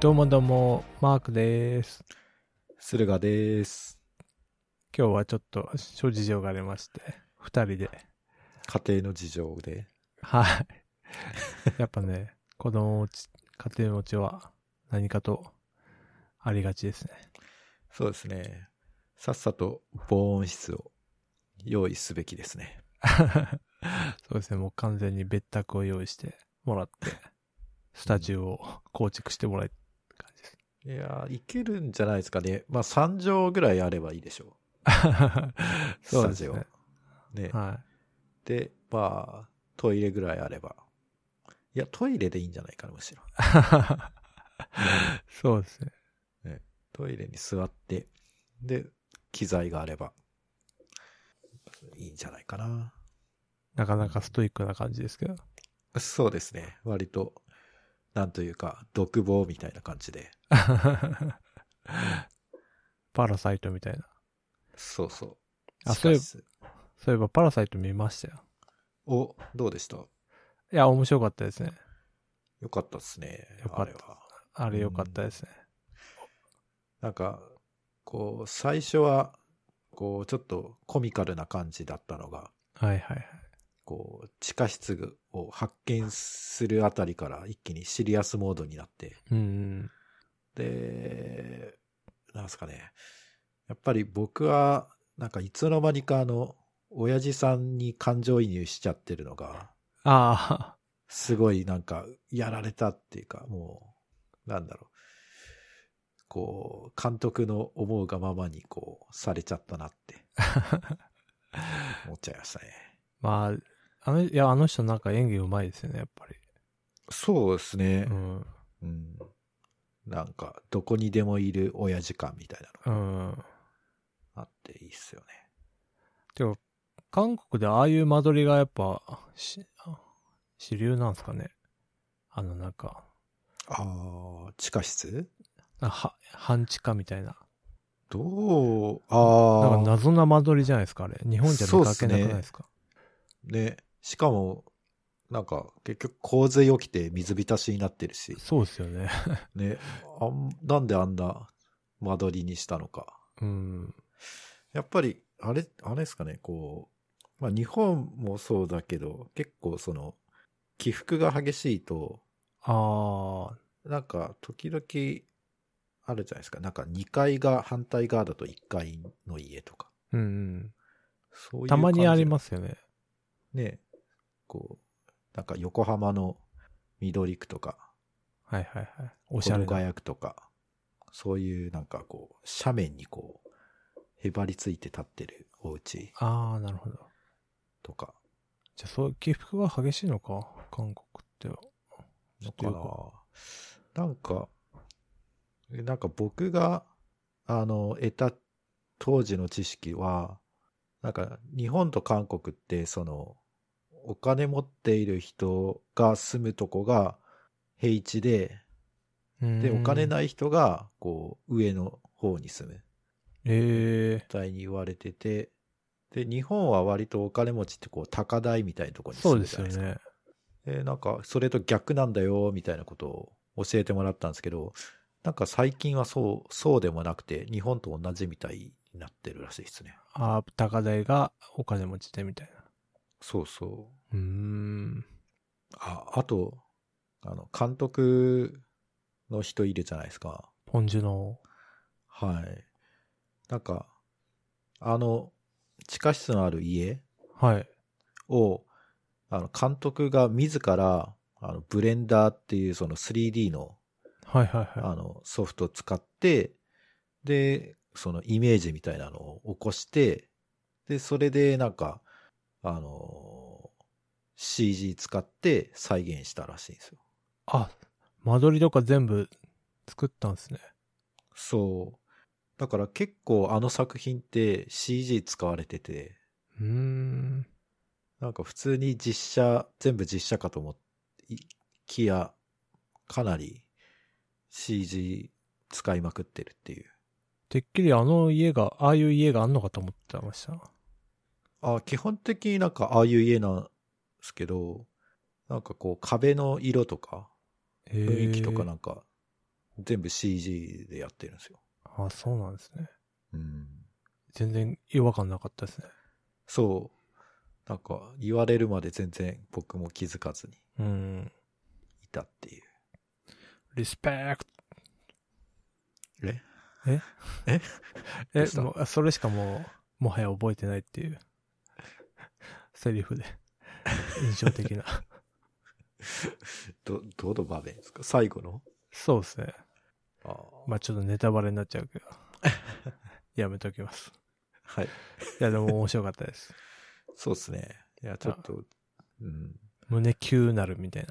どうもどうも、マークです。駿河です。今日はちょっと諸事情がありまして、二人で。家庭の事情で。はい。やっぱね、子供持ち、家庭持ちは何かとありがちですね。そうですね。さっさと防音室を用意すべきですね。そうですね、もう完全に別宅を用意してもらって、スタジオを構築してもらえる感じです。いやー、いけるんじゃないですかね。まあ3畳ぐらいあればいいでしょう。そうですね。スタジオ。ね。はで、まあ、トイレぐらいあれば。いや、トイレでいいんじゃないかな、むしろ。い。そうですね。トイレに座って、で、機材があれば。いいんじゃないかな。なかなかストイックな感じですけど。そうですね。割と、なんというか、独房みたいな感じで。パラサイトみたいな。そうそう。あしかしそういえばパラサイト見ましたよ。お、どうでしたいや、面白かったですね。よかったですね。よかあったれは。あれ良かったですね。なんか、こう、最初は、こう、ちょっとコミカルな感じだったのが、はいはいはい。こう、地下室を発見するあたりから一気にシリアスモードになって、うんうん。で、なんすかね。やっぱり僕は、なんかいつの間にかあの、親父さんに感情移入しちゃってるのが、あすごいなんか、やられたっていうか、もう、なんだろう。こう、監督の思うがままに、こう、されちゃったなって あ。思っちゃいましたね。 まあ、あの、いや、あの人なんか演技うまいですよね、やっぱり。そうですねう。ん。うん。なんか、どこにでもいる親父感みたいなうのがん。あっていいっすよね。でも、韓国でああいう間取りがやっぱ、し主流なんですかね。あの、なんか、ああ、地下室なんかは、半地下みたいな。などうあんかあ、謎な間取りじゃないですか、あれ。日本じゃ見かけなくないですか。ね。しかも、なんか、結局洪水起きて水浸しになってるし。そうですよね。ね、あんなんであんな間取りにしたのか。うん。やっぱり、あれ、あれですかね、こう、まあ日本もそうだけど、結構その、起伏が激しいと、ああ、なんか時々、あるじゃないですか、なんか2階が反対側だと1階の家とか。うんうん。そういうたまにありすますよね。ね。こう、なんか横浜の緑区とか、はいはいはい。おおしゃれ小な。谷区とか、そういうなんかこう、斜面にこう、へばりついて立ってるお家ああ、なるほど。とか、じゃあ、そう、起伏が激しいのか、韓国っては。のちょっとかな。なんか、えなんか僕が、あの、得た当時の知識は、なんか日本と韓国って、その、お金持っている人が住むとこが平地で、で、お金い。ない人が、こう、上の方に住む。ええ絶対に言われてて、で、日本は割とお金持ちってこう、高台みたいなところにそう住むでじすゃなよいですか。ね。でなんか、それと逆なんだよ、みたいなことを教えてもらったんですけど、なんか最近はそう、そうでもなくて、日本と同じみたいになってるらしいですね。ああ、高台がお金持ちでみたいな。そうそう。うーん。あ、あと、あの、監督の人いるじゃないですか。ポンジュの。はい。なんか、あの、地下室のある家はい。を、あの、監督が自ら、あの、ブレンダーっていうその 3D の、はいはいはあの、ソフトを使って、で、そのイメージみたいなのを起こして、で、それでなんか、あのー CG 使って再現したらしいんですよ。い。間取りとか全部作ったんですね。そう。だから結構あの作品って CG 使われてて、うーん。なんか普通に実写、全部実写かと思って、いきや、かなり CG 使いまくってるっていう。てっきりあの家が、ああいう家があんのかと思ってました。あ、基本的になんかああいう家なんですけど、なんかこう壁の色とかええ雰囲気とかなんか全部 CG でやってるんですよ。あ、そうなんですね。うん。全然違和感なかったですね。そう。なんか、言われるまで全然僕も気づかずにうん。いたっていう。リスペクトえ どえうし、たもうそれしかもう、もはや覚えてないっていう、 セリ フで、印象的な。ど、どの場面ですか最後のそうですね。ああ。まあちょっとネタバレになっちゃうけ ど、やめときます。はい。いや、でも面白かったです。そうですね。いや、ちょっと、うん。胸キューなるみたい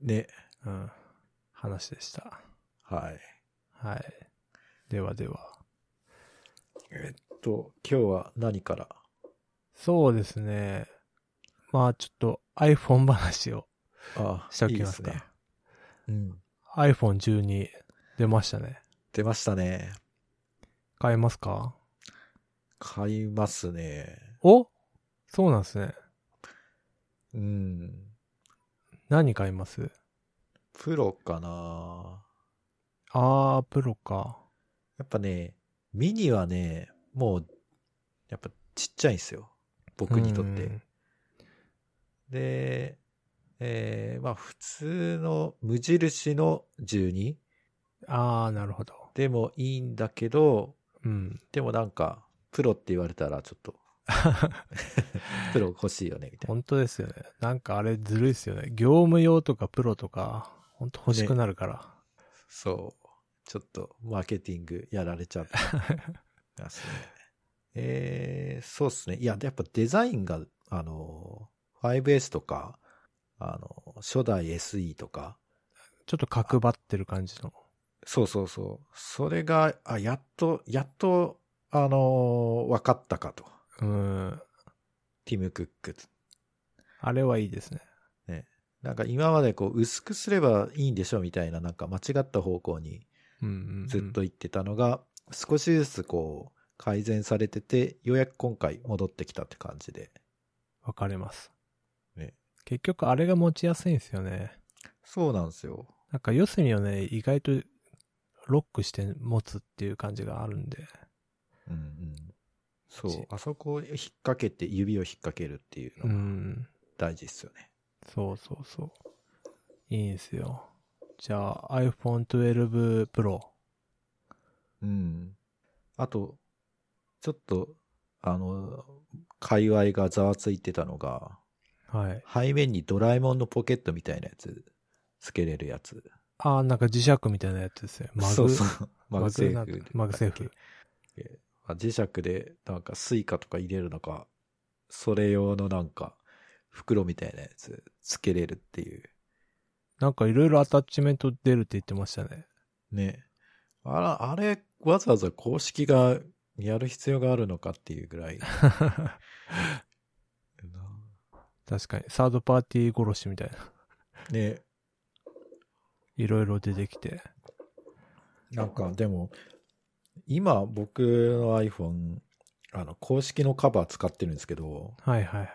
ね。な、うん、話でした。はい。はい。ではでは。えっと、今日は何からそうですね。まあちょっと iPhone 話をあしておきますか。いいですね。うん。 iPhone12 出ましたね。出ましたね。買えますか買いますね。おそうなんですね。うん。何買いますプロかなあー、プロか。やっぱね、ミニはね、もう、やっぱちっちゃいんですよ。僕にとっうて。ん。で、えー、まあ普通の無印の12あー、なるほど。でもいいんだけど、うん。でもなんか、プロって言われたらちょっ と、プロ欲しいよね、みたいな。本当ですよね。なんかあれずるいですよね。業務用とかプロとか、本当欲しくなるから。そう。ちょっと、マーケティングやられちゃ ってますね。えー、そうですね。いや、でやっぱデザインが、あの、5S とか、あの、初代 SE とか、ちょっと角張ってる感じの。そうそうそう。それが、あ、やっと、やっと、あの、分かったかと。うん。ティム・クック。あれはいいですね。なんか今までこう、薄くすればいいんでしょみたいな、なんか間違った方向にうんうん、うん。ずっと言ってたのが、少しずつこう、改善されてて、ようやく今回戻ってきたって感じで。分かれます。ね結局あれが持ちやすいんですよね。そうなんですよ。なんか四隅をね、意外とロックして持つっていう感じがあるんで。うんうん。そちう。あそこを引っ掛けて、指を引っ掛けるっていううのがん。大事ですよね。そうそうそう。いいんですよ。じゃあ iPhone 12 Pro。うん。あと、ちょっと、あの、界隈がざわついてたのが、はい。背面にドラえもんのポケットみたいなやつ、つけれるやつ。あー、なんか磁石みたいなやつですね。マグ。そう そう。ママググセセーフーフ。。マグセーフ。まあ磁石でなんかスイカとか入れるのか、それ用のなんか袋みたいなやつつけれるっていう。なんかいろいろアタッチメント出るって言ってましたね。ね。あら、あれ、わざわざ公式がやる必要があるのかっていう ぐらい。確かに。サードパーティー殺しみたいな。 ね。いろいろ出てきて。なんかでも、今僕の iPhone、あの、公式のカバー使ってるんですけど、はいはいはい。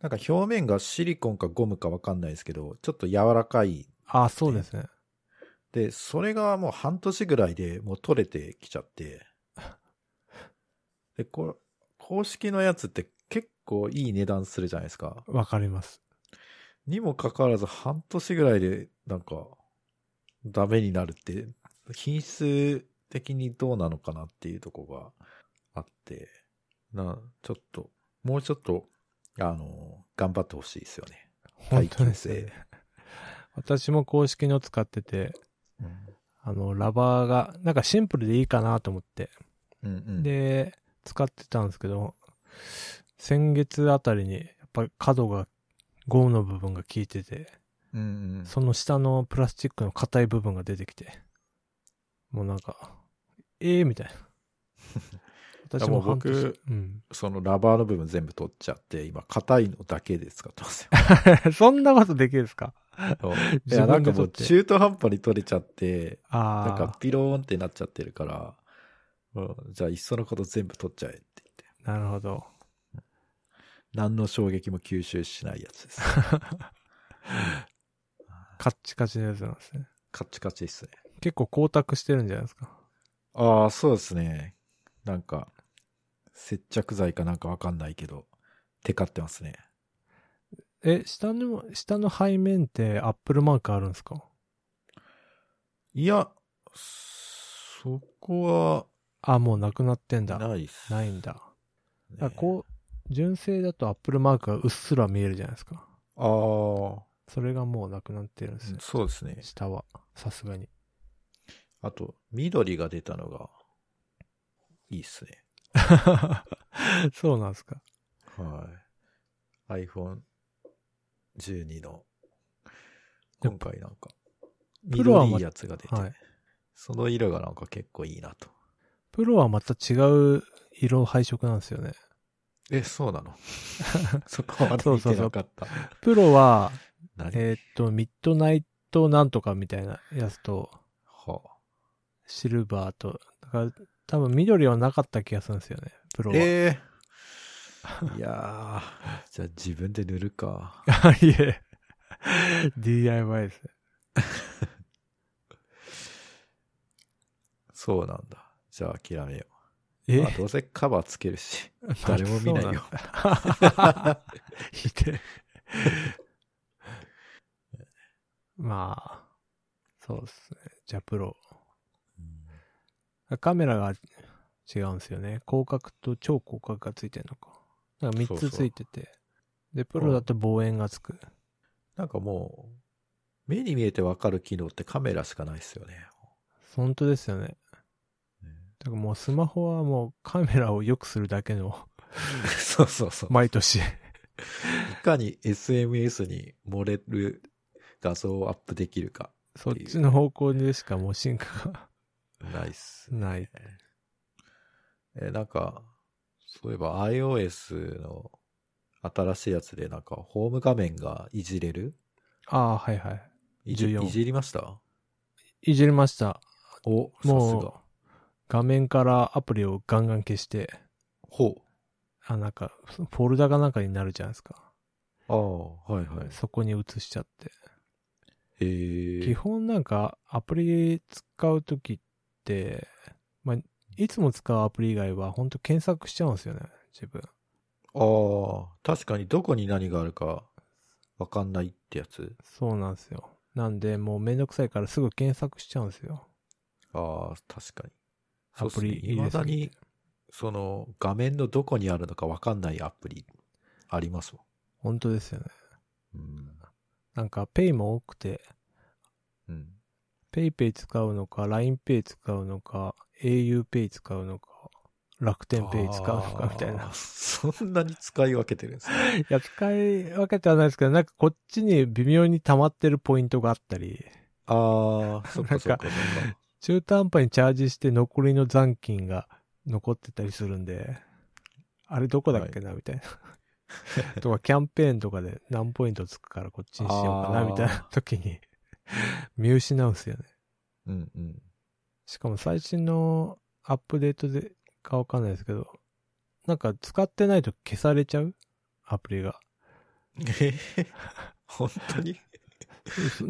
なんか表面がシリコンかゴムかわかんないですけど、ちょっと柔らかいあー、そうですね。で、それがもう半年ぐらいでもう取れてきちゃって。 で、これ、公式のやつって結構いい値段するじゃないですか。わかります。にもかかわらず半年ぐらいでなんかダメになるって、品質的にどうなのかなっていうとこがあって、な、ちょっと、もうちょっと、あの、頑張ってほしいですよね。本当ですね。私も公式の使ってて、うんあの、ラバーが、なんかシンプルでいいかなと思って。うんうん。で、使ってたんですけど、先月あたりに、やっぱり角が、ゴムの部分が効いてて、うんうん、その下のプラスチックの硬い部分が出てきて、もうなんか、ええー、み たいな。私も半いやもう年僕。うん。そのラバーの部分全部取っちゃって、今、硬いのだけで使ってます そん なことできるんですかよ。い自や、な分んでか撮もっうて中途半端に取れちゃって、ああ。なんかピローンってなっちゃってるから、うんじゃあいっそのこと全部取っちゃえって言って。なるほど。何の衝撃も吸収しないやつ です。カッチカチのやつなんですね。カッチカチですね。結構光沢してるんじゃないですか。ああ、そうですね。なんか、接着剤かなんかわかんないけど、テカってますね。え、下の、下の背面ってアップルマークあるんですかいや、そこあ、もうなくなってんだ。は、なないっす、いんだ。ねあこう、純正だとアップルマークがうっすら見えるじゃないですか。あーそれがもうなくなってるんですよ。そうですね。下は、さす がに。あと、緑が出たのが、いいっすね。そうなんですか。はい。iPhone12 の、で今回なんか、プロは緑いいやつが出て、はい。その色がなんか結構いいなと。プロはまた違う色配色なんですよね。え、そうな のそこまでそう見そうそうてなかった。プロは、何えーっと、ミッドナイトなんとかみたいなやつと、はシルバーと、だから多分緑はなかった気がするんですよね、プロあは。えーいやー、じゃあ自分で塗るか。 いえ、DIY ですね。そうなんだ。じゃあ諦めよう。え、まあ、どうせカバーつけるし、 誰も見ないよ。ひでえまあ、そうですね。じゃあプロ。カメラが違うんですよね。広角と超広角がついてるのか。なんか3そうつそうついてて。で、プロだと望遠がつく。なんかもう、目に見えてわかる機能ってカメラしかないっすよね。本当ですよね。だからもうスマホはもうカメラを良くするだけの、 そうそうそう。毎年。いかに SMS に漏れる画像をアップできるか。そっちの方向でしかもう進化がナイス。ない。え、なんか、そういえば iOS の新しいやつでなんかホーム画面がいじれるああ、はいはいじ14いじりました。いじりました。お、さすがも。う、画面からアプリをガンガン消して、ほあ、なんか、フォルダかなんかになるじゃないですか。う。ああ、はいはい。そこに移しちゃって。へ基え。本なんか、アプリ使うときって、まあ、いつも使うアプリ以外は、本当検索しちゃうんですよね、自分。ああ、確かにどこに何があるかわかんないってやつ。そうなんですよ。なんで、もうめんどくさいからすぐ検索しちゃうんですよ。ああ、確かに。アプリいいまですだねに、。その、画面のどこにあるのかわかんないアプリ、ありますも本当ですよね。ん。うん。なんか、ペイも多くて、うん。ペイペイ使うのか、LINEPay 使うのか、auPay 使うのか、楽天ペイ使うのかみたいあなー。そんなに使い分けてるんですね。 いや、使い分けてはないですけど、なんかこっちに微妙に溜まってるポイントがあったり、ああ、なんかそっかそっかそっか。中途半端にチャージして残りの残金が残ってたりするんで、あれどこだっけな、みたいな。とか、キャンペーンとかで何ポイントつくからこっちにしようかな、あーみたいな時に見失うんですよね。うんうん。しかも最新のアップデートでかわかんないですけど、なんか使ってないと消されちゃうアプリが。えー本当に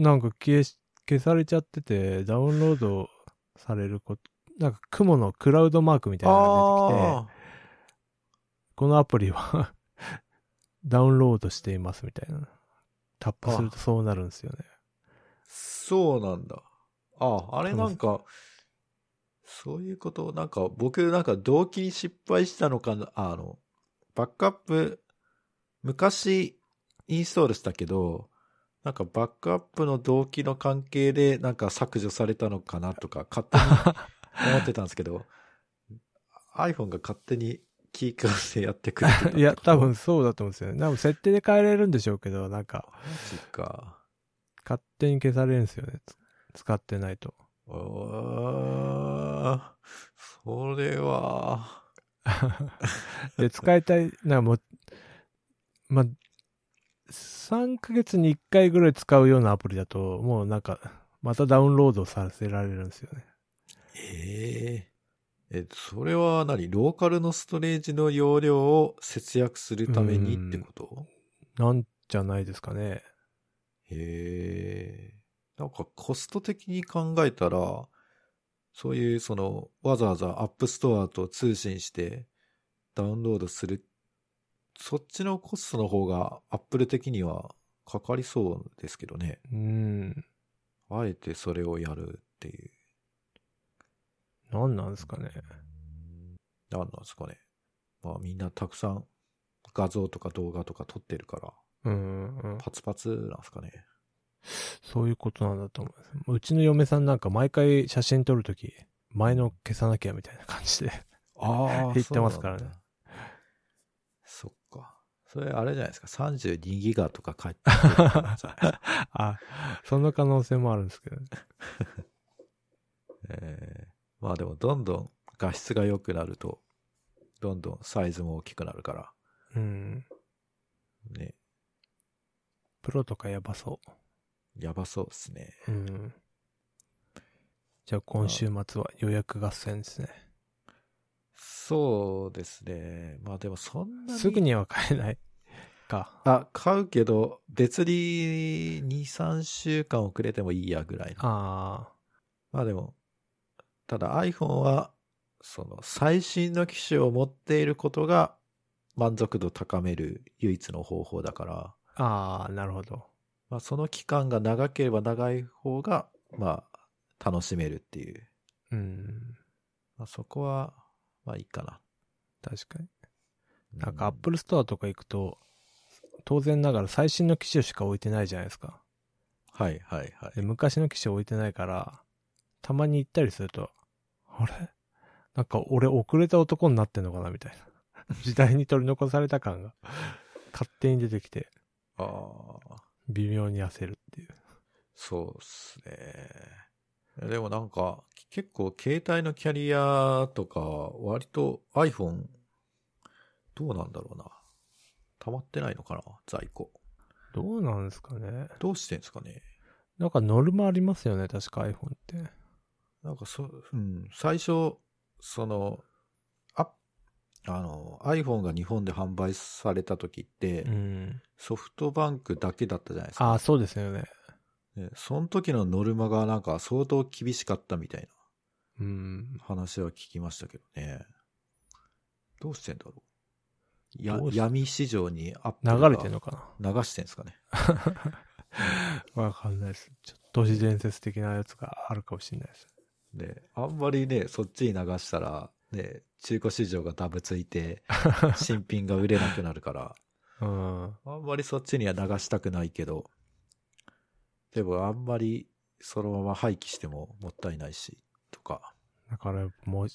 なんか消えし、消されちゃってて、ダウンロードされること、なんか雲のクラウドマークみたいなのが出てきて、あこのアプリは ダウンロードしていますみたいな。タップするとそうなるんですよね。ーそうなんだ。ああ、あれなんか、そういうこと、なんか僕なんか動機に失敗したのかな、あの、バックアップ、昔インストールしたけど、なんかバックアップの動機の関係でなんか削除されたのかなとか勝手に思ってたんです けど、iPhone が勝手にキーカーでやってくれてたってこといや、多分。そうだと思うんですよね。多分設定で変えれるんでしょうけど、なんかマジか。勝手に消されるんですよね。つ使ってないと。うーんそれは、 で、使いたい、なんかもう、まあ、3ヶ月に1回ぐらい使うようなアプリだと、もうなんか、またダウンロードさせられるんですよね。えええ、それは何ローカルのストレージの容量を節約するためにってことなんじゃないですかね。へえ。なんかコスト的に考えたら、そういうそのわざわざアップストアと通信してダウンロードする、そっちのコストの方がアップル的にはかかりそうですけどね。うん。あえてそれをやるっていう。何なんですかね。何なんですかね。まあみんなたくさん画像とか動画とか撮ってるから、うんうん。パツパツなんですかね。そういうことなんだと思います。うちの嫁さんなんか毎回写真撮るとき、前の消さなきゃみたいな感じで。ああ、言ってますからねそうなんだ。そっか。それあれじゃないですか。32ギガとか書いて あるあ、その可能性もあるんですけどね。えーまあでもどんどん画質が良くなると、どんどんサイズも大きくなるから、うん。ね、プロとかやばそやばそうですね。う。うん。じゃあ今週末は予約合戦ですね。そうですね。まあでもそんなに。すぐ。には買えないか。あ、買うけど、別に2、3週間遅れてもいいやぐらいな。あまあでも、ただ iPhone は、その最新の機種を持っていることが満足度高める唯一の方法だから、あ、ああ、なるほど。まあその期間が長ければ長い方が、まあ楽しめるっていう。うん。まあそこは、まあいいかな。確かに。うなんか Apple Store とか行くと、当然ながら最新の機種しか置いてないじゃないですか。はいはいはでい。昔の機種置いてないから、たまに行ったりすると、あれなんか俺遅れた男になってんのかなみたい な。時代に取り残された感が勝手に出てきて、ああ、微妙に焦るっていう。そうっすね。でもなんか、結構携帯のキャリアとか、割と iPhone、どうなんだろうな。溜まってないのかな在庫。どうなんですかね。どうしてんですかねなんかノルマありますよね、確か iPhone って。なんかそ、うん、最初、その、あ、あの、iPhone が日本で販売された時って、うん。ソフトバンクだけだったじゃないですあかあ、。そうですよね。ねその時のノルマがなんか相当厳しかったみたいなうん。話は聞きましたけどね。どうしてんだろう。やどう、して闇市場にアップ流れてんのかな流してんですかね。わかんないです。ちょっと都市伝説的なやつがあるかもしれないです。で、あんまりね、そっちに流したら、ね、中古市場がダブつい て、新品が売れなくなるから、うん。あんまりそっちには流したくないけど、でもあんまりそのまま廃棄してももったいないし、とか。だからもう、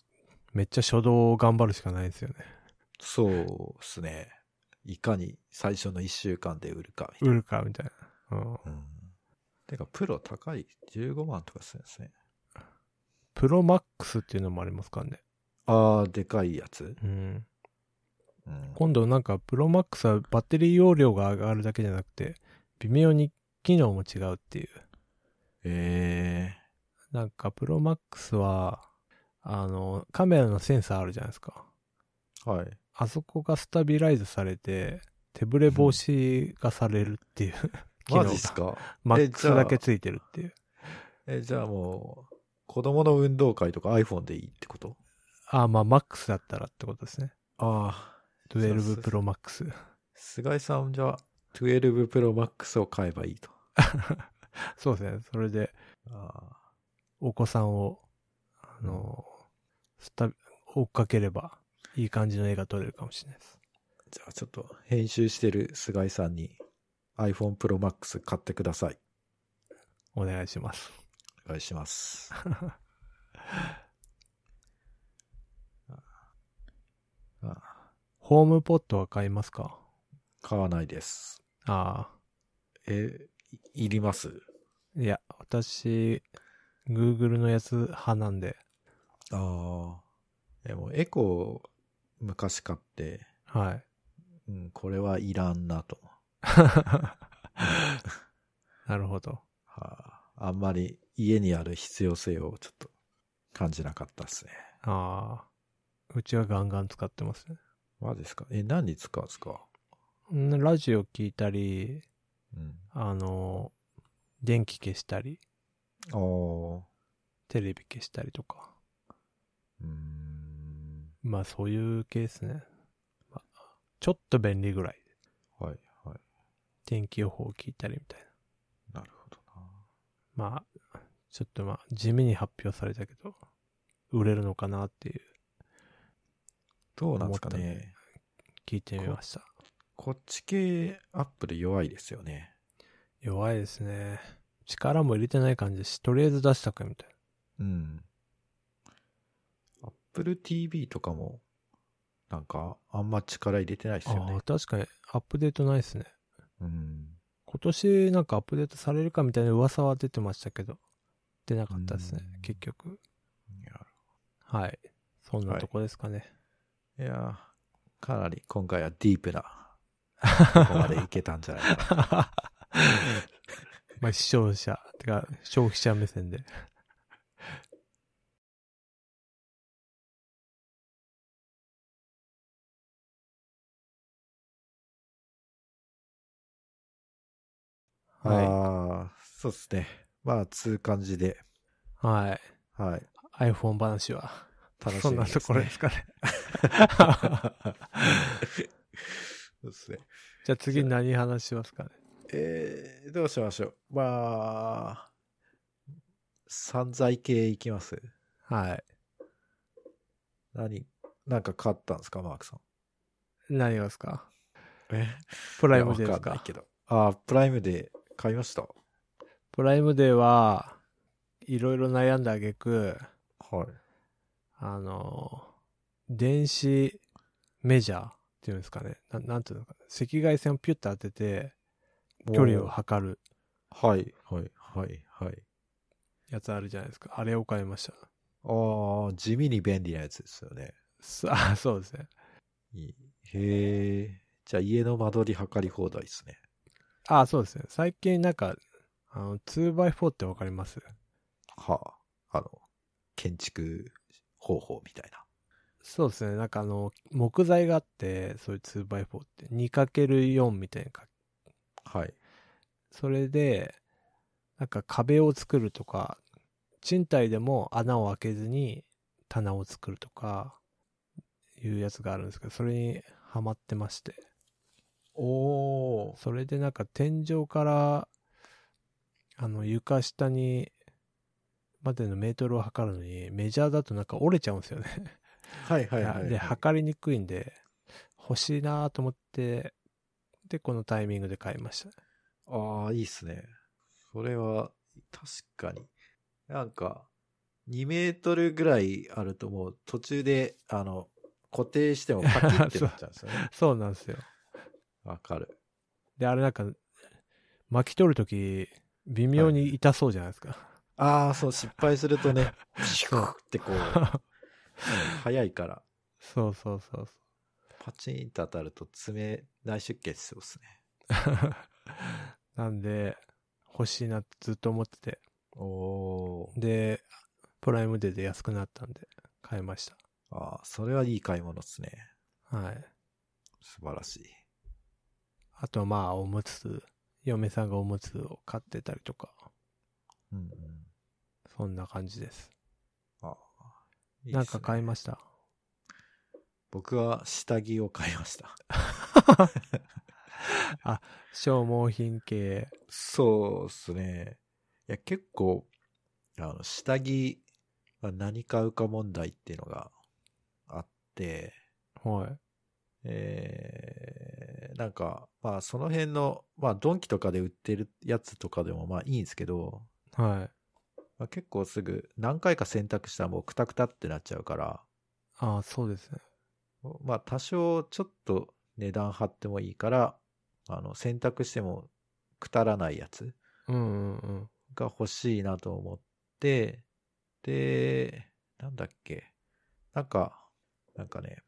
めっちゃ初動を頑張るしかないですよね。そうですね。いかに最初の1週間で売るかみたい売るか、みたいな。うん。な。うん。てか、プロ高い。15万とかするんですね。プロマックスっていうのもありますからね。ああ、でかいやつ。うん。うん。今度なんか、プロマックスはバッテリー容量が上がるだけじゃなくて、微妙に機能も違うっていう。えなんか、プロマックスは、あの、カメラのセンサーあるじゃないですか。えはい。あそこがスタビライズされて、手ぶれ防止がされるっていう、 機能マジっすが。かマえックじスゃあだけついてるっていう。 え、じゃあもう、子供の運動会とか iPhone でいいってことああ、まあ、マックスだったらってことですね。ああ。そうそ12うプロマックス。菅井さんじゃあ、12 Pro Max を買えばいいと。そうですね。それで、あお子さんを、あの、スタ、追っかければ、いい感じの絵が撮れるかもしれないです。あ。じゃあちょっと、編集してる菅井さんに iPhone Pro Max 買ってください。お願いします。お願いし ます。あホームポットは買いますか買わないです。あえ、いいりますあ。いや、私、Google のやつ派なんで、ああ。でも、エコー、昔買って、はい。 うん、これはいらんなと。なるほど。はあ、あんまり家にある必要性をちょっと感じなかったですね。ああ。うちはガンガン使ってますね。マジですかえ、何に使うんですかんラジオ聞いたり、うん。あの、電気消したり、あーテレビ消したりとか。うーん。まあそういうケースね。まあ、ちょっと便利ぐらい。はいはい。天気予報を聞いたりみたいなるほどな。な。まあ、ちょっとまあ地味に発表されたけど、売れるのかなっていう、どうなんですか思ったね。聞いてみました。こっち系アップル弱いですよね。弱いですね。力も入れてない感じだし、とりあえず出したくみたいな。うん。Apple TV とかも、なんか、あんま力入れてないですよあねあ、。確かにアップデートないですね。うん。今年なんかアップデートされるかみたいな噂は出てましたけど、出なかったですねうん、結局。いやはい。そんなはいとこですかね。いやーかなり今回はディープな、ここまでいけたんじゃないかな。まあ、視聴者、てか、消費者目線で。は ああ、そうですね。まあ、つう感じで、い。はい。はい。 iPhone 話は、楽しみです、ね。そんなところですかね。そうですね。 じゃあ次何話しますかね。えー、どうしましょう。まあ、散財系いきます。はい。何、なんか買ったんですか、マークさん。何がですかえプライムデーですわんないかけど。ああ、プライムデー買いました。プライムデーは、いろいろ悩んだ挙句、はい。あの、電子メジャーっていうんですかね。ななんていうのかな。赤外線をピュッと当てて、距離を測るはい、はい、はい、はい。やつあるじゃないですか。あれを買いました。ああ、地味に便利なやつですよね。すあ、 そうですね。いいへえ。じゃあ家の間取り測り放題ですね。あ、そうですね。最近なんか、あの、2x4 ってわかりますはあ。あの、建築方法みたいな。そうですね。なんかあの、木材があって、そういう 2x4 って、2×4 みたいなかはい。それで、なんか壁を作るとか、賃貸でも穴を開けずに棚を作るとか、いうやつがあるんですけど、それにハマってまして。おお。それでなんか天井から、あの、床下に、までのメートルを測るのに、メジャーだとなんか折れちゃうんですよね。はいはいはい、はい。で、測りにくいんで、欲しいなと思って、で、このタイミングで買いました。ああ、いいっすね。それは、確かに。なんか、2メートルぐらいあるともう途中で、あの、固定してもパキッてなっちゃうんですよ ね。そうなんですよ。わかる。で、あれなんか、巻き取るとき、微妙に痛そうじゃないですか。ああ、そう、失敗するとね、シュッってこう、早いから、そうそうそうそパチンと当たると爪内出血しそうですね。う。 なんで、欲しいなってずっと思ってて。おおー。で、プライムデーで安くなったんで、買いましああ、それはいい買い物ですね。た。はい。素晴らしい。あと、まあ、おむつ、嫁さんがおむつを買ってたりとか、うんうん。そんな感じです。ああ。いいっすねなんか買いました。僕は下着を買いました。 消耗品系。そうっすね。いや、結構、あの、下着は何買うか問題っていうのがあって、はい。えー、なんか、まあ、その辺の、まあ、ドンキとかで売ってるやつとかでもまあいいんですけど、はい。まあ、結構すぐ何回か選択したらもうクタクタってなっちゃうから、ああ、そうですね。まあ、多少ちょっと値段張ってもいいから、あの、選択してもくたらないやつ。うんうんうん。が欲しいなと思って、で、なんだっけ、なんか、なんかね、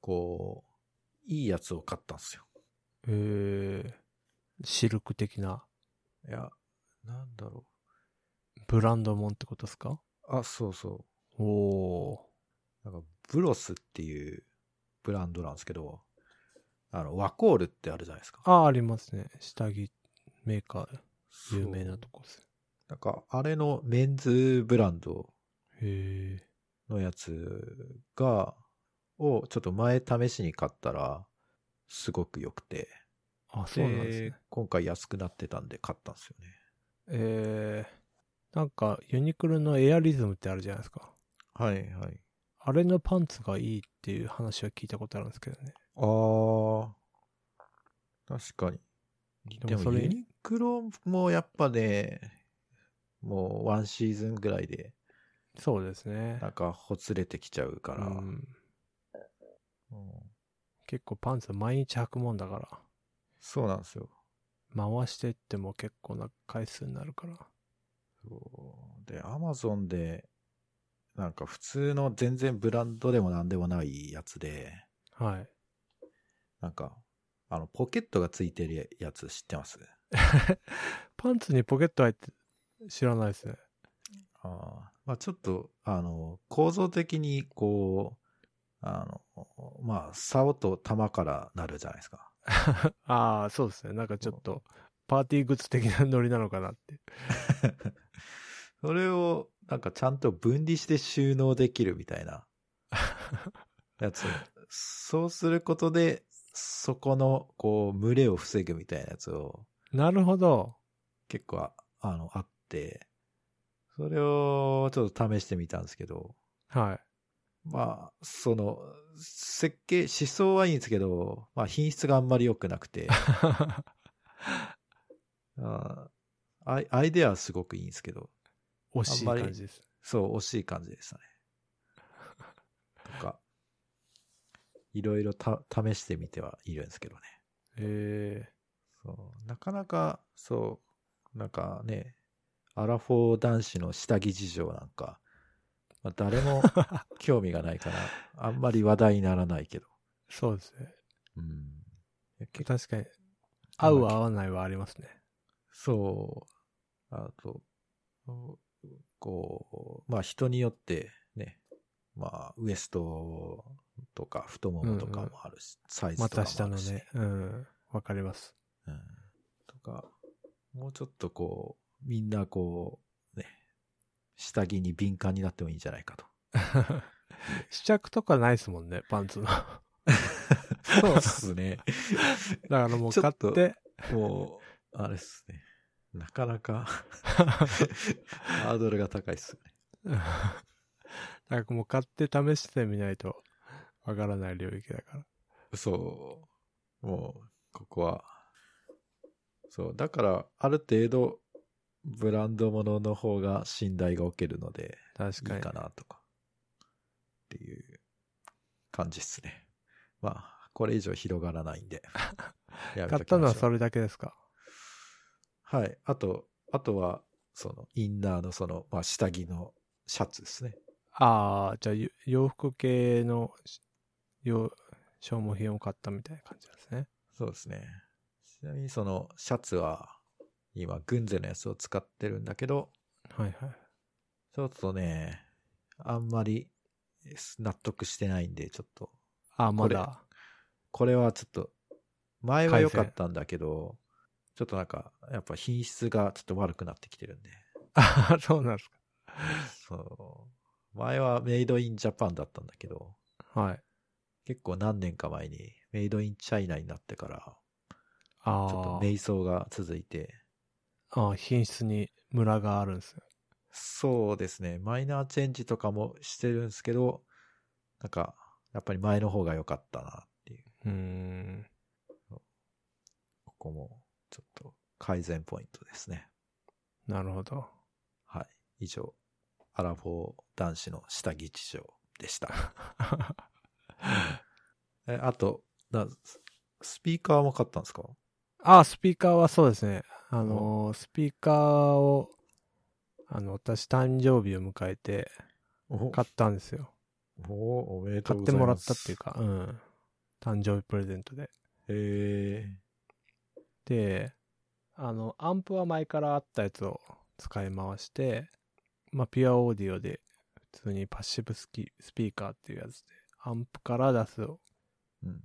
こう、いいやつを買ったんですよ。えー、シルク的な。いや、なんだろブランドもんってことですかう。あ、そうそおおう。なんか、ブロスっていうブランドなんですけど、あの、ワコールってあるじゃないですか。ー。ああ、ありますね。下着メーカー、有名なとこです。なんか、あれのメンズブランドへのやつが、をちょっと前試しに買ったら、すごく良くて。ー。あ、そうなんですね。今回安くなってたんで買ったんですよね。えー、なんか、ユニクロのエアリズムってあるじゃないですか。はいはい。あれのパンツがいいっていう話は聞いたことあるんですけどね。ああ、確かに。ででもそもれユニクロもやっぱね、もうワンシーズンぐらいで、そうですねな。んかほつれてきちゃうから。うん、うん結構パンツは毎日履くもんだから、そうなんですよ。回してっても結構な回数になるから。そうで、アマゾンで、なんか普通の全然ブランドでもなんでもないやつで、はい。なんか、あの、ポケットがついてるやつ知ってますパンツにポケット入って知らないですね。ああまあちょっと、あの、構造的に、こう、あの、まあ、竿と玉からなるじゃないですか。ああ、そうですね。なんかちょっと、パーティーグッズ的なノリなのかなって。 それを、なんかちゃんと分離して収納できるみたいなやつを。そうすることで、そこの、こう、群れを防ぐみたいなやつを、なるほど。結構あ、あの、あって、それをちょっと試してみたんですけど、はい。まあ、その、設計、思想はいいんですけど、まあ品質があんまり良くなくて、 あーアイアイデアはすごくいいんですけど、 惜しいあんまり感じです。そう、惜しい感じでしたね。とか、いろいろた試してみてはいるんですけどね。えそうなかなか、そう、なんかね、アラフォー男子の下着事情なんか、まあ、誰も興味がないから、あんまり話題にならないけど。ー、そうですね。うん、いや結確かに、合う合わないはありますね。そう。あと、こう、まあ人によってね、まあウエストとか太ももとかもあるし、サイズとか股も下あのるし、ね。うん。わかります。うん。とか、もうちょっとこう、みんなこう、ね、下着に敏感になってもいいんじゃないかと。試着とかないですもんね、パン ツの。だかそうっすね。らもうちょ買っっとて、 もう、あれっすね。なかな かハードルが高いっすようね。ん なんかもう買って試してみないとわからない領域だから。そう。もう、ここは。そう。だから、ある程度、ブランドものの方が信頼が受けるので、確いかいに。かなとか、っていう感じっすね。まあ、これ以上広がらな いんで。やめ買っときましょたうのはそれだけですか。はい。あと、あとは、その、インナーのその、まあ、下着のシャツですね。ああ、じゃあゆ洋服系のしよ消耗品を買ったみたいな感じなんですね。そうですね。ちなみにその、シャツは、今、グンゼのやつを使ってるんだけど、はいはい。ちょっとね、あんまりえー納得してないんで、ちょっと、ああ、まこれだ。これはちょっと、前は良かったんだけど、ちょっとなんか、やっぱ品質がちょっと悪くなってきてるんで、ああ、 そうなんですそう。前はメイドインジャパンだったんだけど、か。はい。結構何年か前にメイドインチャイナになってから、あちょっとあ、瞑想が続いて、ああ品質にムラがあるんですね。そうですね、マイナーチェンジとかもしてるんですけど、なんか、やっぱり前の方が良かったなっていう。うーん。ここも、ちょっと改善ポイントですね。なるほど。はい。以上、アラフォー男子の下着事情でした。 え、あと、なススピーカーも買ったんですかあ、スピーカーはそうですね。あのー、スピーカーを、あの、私誕生日を迎えてお買ったんですよ。おおめでと買うっごてざいもらまっす。たっていうか、うん。誕生日プレゼントで。へえで、あの、アンプは前からあったやつを使い回して、まあ、ピュアオーディオで、普通にパッシブスキスピーカーっていうやつで、アンプから出すうん。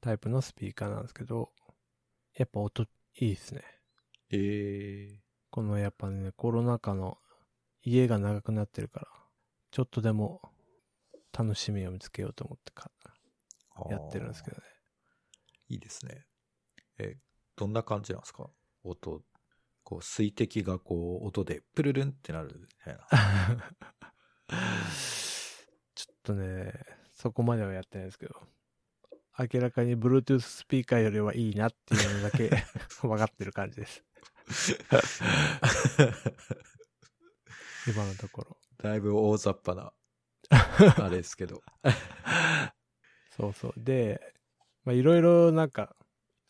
タイプのスピーカーなんですけど、やっぱ音いいですね。ええこのやっぱね、コロナ禍の家が長くなってるから、ちょっとでも楽しみを見つけようと思ってかやってるんですけど。どね。 いいですね。え、どんな感じなんですか音。こう、水滴がこう、音でプルルンってなるみ たいな。ちょっとね、そこまではやってないですけど、明らかに Bluetooth スピーカーよりはいいなっていうのだけ 分かってる感じです。今のところ。だいぶ大雑把な、あれですけど。そうそう。で、まあ、いろいろなんか、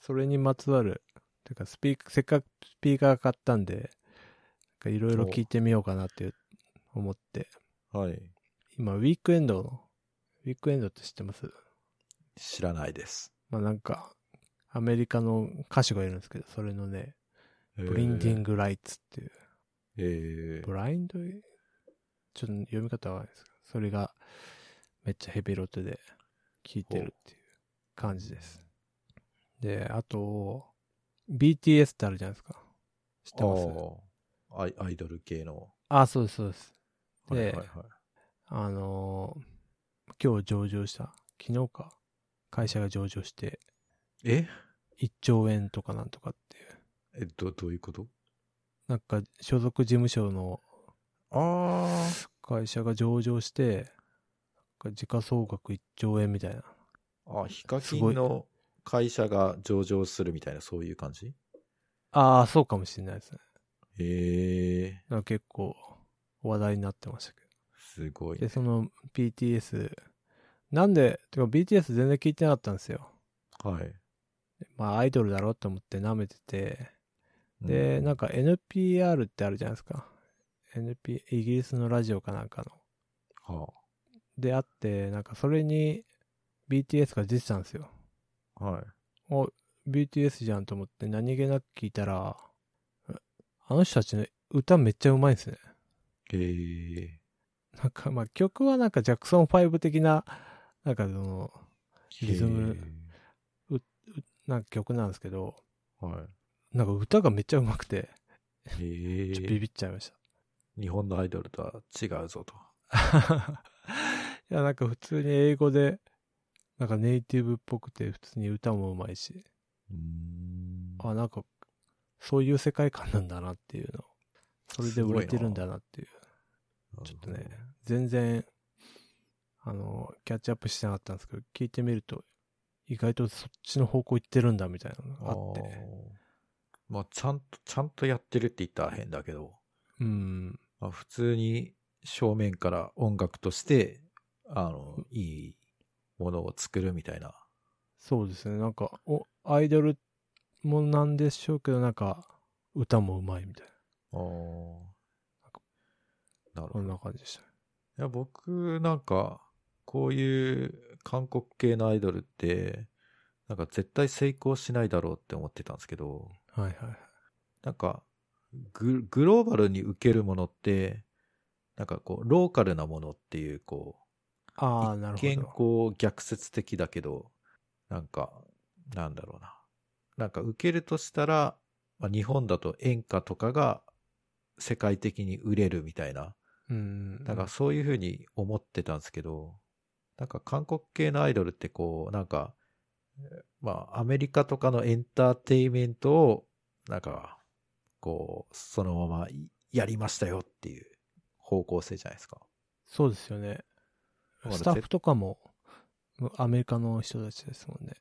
それにまつわる、てかスピーカー、せっかくスピーカー買ったんで、なんかいろいろ聞いてみようかなっていう思って、 はい。今、ウィークエンドの、ウィークエンドって知ってます知らないです。まあなんか、アメリカの歌手がいるんですけど、それのね、ブリンディング。グライツっていう、えブラインド、ちょっと読み方はわかんないですけど、それがめっちゃヘビロテで聴いてるっていう感じです。で、あと、BTS ってあるじゃないですか。知ってますアイアイドル系の。あ、そうです、そうです。はいではいはい。あのー今日上場した、昨日か、会社が上場して、え1兆円とかなんとかっていう、え、ど、どういうことなんか所属事務所のあ会社が上場して、なんか時価総額1兆円みたいな。あ。あ、ヒカすキごいンの会社が上場するみたいな、そういう感じああ、そうかもしれないですね。ええなんか結構話題になってましたけすごいど。で、ね。その BTS、なんで、てか BTS 全然聞いてなかったんですよ。はい。まあアイドルだろうと思って舐めてて。で、うんなんか NPR ってあるじゃないですか。NP、イギリスのラジオかなんかの。はであって、なんかそれに BTS が出てたんですよ。あ、はい。お、BTS じゃんと思って何気なく聞いたら、えあの人たちの歌めっちゃうまいんですね。ええなんかまあ曲はなんかジャクソン5的な、なんかその、リズムなんか曲なんですけど、へえ。はなんか歌がめっちゃうまくて、い。 ちょっとえビえ。ビっちゃいまし日本のアイドルとは違うぞと。た。 いやなんか普通に英語で、なんかネイティブっぽくて普通に歌もうまいし、うーん。あ、なんかそういう世界観なんだなっていうの。それで売れてるんだなっていう。ちょっとね、全然、あの、キャッチアップしてなかったんですけど、聞いてみると、意外とそっちの方向行ってるんだみたいななるのほがどあっね。て。あーまあ、ちゃんと、ちゃんとやってるって言ったら変だけど、うん。まあ、普通に正面から音楽として、あの、いいものを作るみたいな。そうですね。なんか、お、アイドルもなんでしょうけど、なんか、歌もうまいみたいな。ああ。なるほそどん。な感じでした。いや、僕なんか、こういう韓国系のアイドルって、なんか絶対成功しないだろうって思ってたんですけど、はいはいはい。なんか、ググローバルに受けるものって、なんかこう、ローカルなものっていう、こう、ああ、なる一見ほど。こう、逆説的だけど、なんか、なんだろうな。なんか受けるとしたら、まあ、日本だと演歌とかが世界的に売れるみたいな、うん。なんかそういうふうに思ってたんですけど、なんか韓国系のアイドルってこう、なんか、えーまあアメリカとかのエンターテインメントを、なんか、こう、そのままいやりましたよっていう方向性じゃないですか。そうですよね。ほらスタッフとかも、アメリカの人たちですもんね。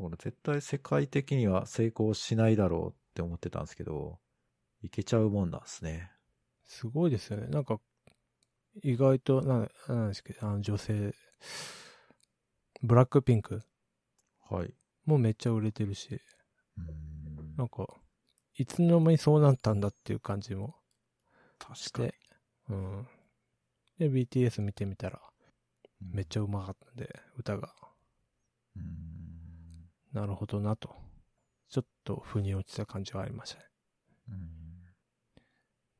俺絶対世界的には成功しないだろうって思ってたんですけど、いけちゃうもんなんですね。すごいですよね。なんか、意外と、な、なんですけど、あの女性、ブラックピンクはい。もめっちゃ売れてるし、うーなんんか、いつの間にそうなったんだっていう感じもし確かにて。、うん。で、BTS 見てみたら、めっちゃ。ゃうまかったんで、歌が、うーんなるほどなと、ちょっと腑に落ちた感じはありましたね。うん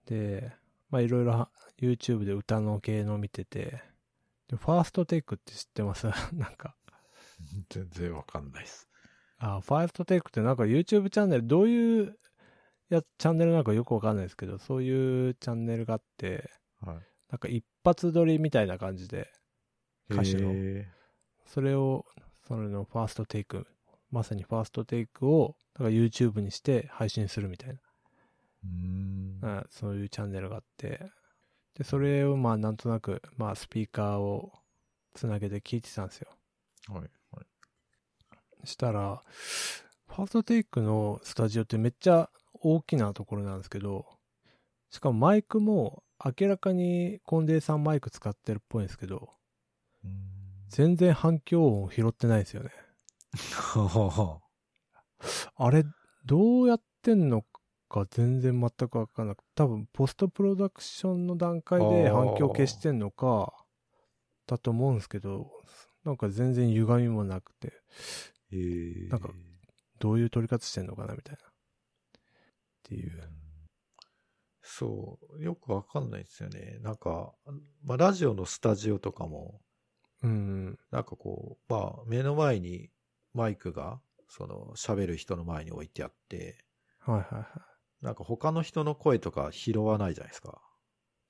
で、まあいろいろは YouTube で歌の系の見てて、でファーストテイクって知ってます なんか、全然わかんないです。あ、ファーストテイクってなんか YouTube チャンネルどういうや、チャンネルなんかよくわかんないですけど、そういうチャンネルがあって、はい。なんか一発撮りみたいな感じで、歌手のへそれを、それのファーストテイク、まさにファーストテイクを、だから YouTube にして配信するみたいなーうーん。あそういうチャンネルがあって、で、それをまあなんとなく、まあスピーカーをつなげて聞いてたんですよ。はい。はい。したら、ファーストテイクのスタジオってめっちゃ大きなところなんですけど、しかもマイクも明らかにコンデンサーマイク使ってるっぽいんですけど、うーん全然反響音を拾ってないですよね。あれ、どうやってんのか全然全くわかんなく多分ポストプロダクションの段階で反響消してんのか、だと思うんですけど、なんか全然歪みもなくて、 へーなんかどういう取り方してんのかなみたいな。っていうう。んそう、よくわかんないですよね。なんか、まあ、ラジオのスタジオとかも、うん。なんかこう、まあ、目の前にマイクが、その、喋る人の前に置いてあって、はいはいはい。なんか他の人の声とか拾わないじゃないですか。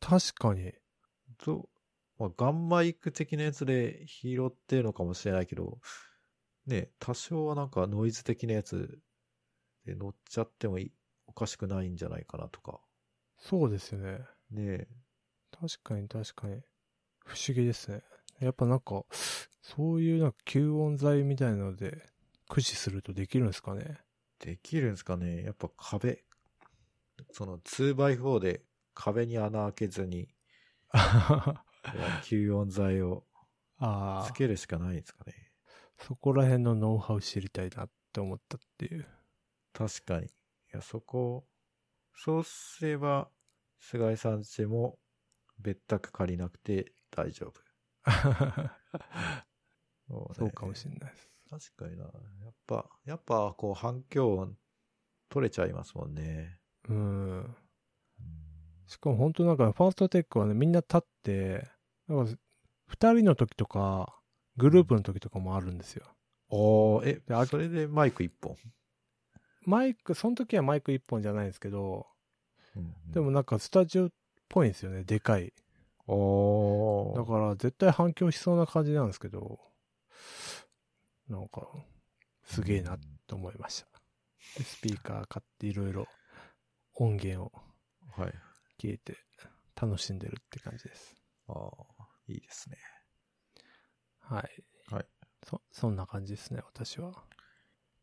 確かに。と、まあ、ガンマイク的なやつで拾ってるのかもしれないけど、ね、多少はなんかノイズ的なやつで乗っちゃってもいおかしくないんじゃないかなとか。そうですよね。ね確かに確かに。不思議ですね。やっぱなんか、そういうなんか吸音材みたいなので駆使するとできるんですかね。できるんですかねやっぱ壁。その 2x4 で壁に穴開けずに、あ吸音材をあつ。けるしかないんですかねそこら辺のノウハウ知りたいなって思ったっていう。確かに。いや、そこ、そうすれば、菅井さんちも別宅借りなくて大丈夫。そう,、そうかもしれないです。ない。確かにな。やっぱ、やっぱこう反響音取れちゃいますもんね。うん。しかも本当なんか、ファーストテックはね、みんな立って、なんか、二人の時とか、グループの時とかもあるんですよ。おー、であえ、それでマイク一本。マイク、その時はマイク一本じゃないんですけど、うんでも、なんかスタジオっぽいんですよね、でかい。おー。だから絶対反響しそうな感じなんですけど、なんか、すげえなと思いました。でスピーカー買っていろいろ音源をはい。消えて楽しんでるって感じです。あーいいですね。はい。はい。そ、そんな感じですね、私は。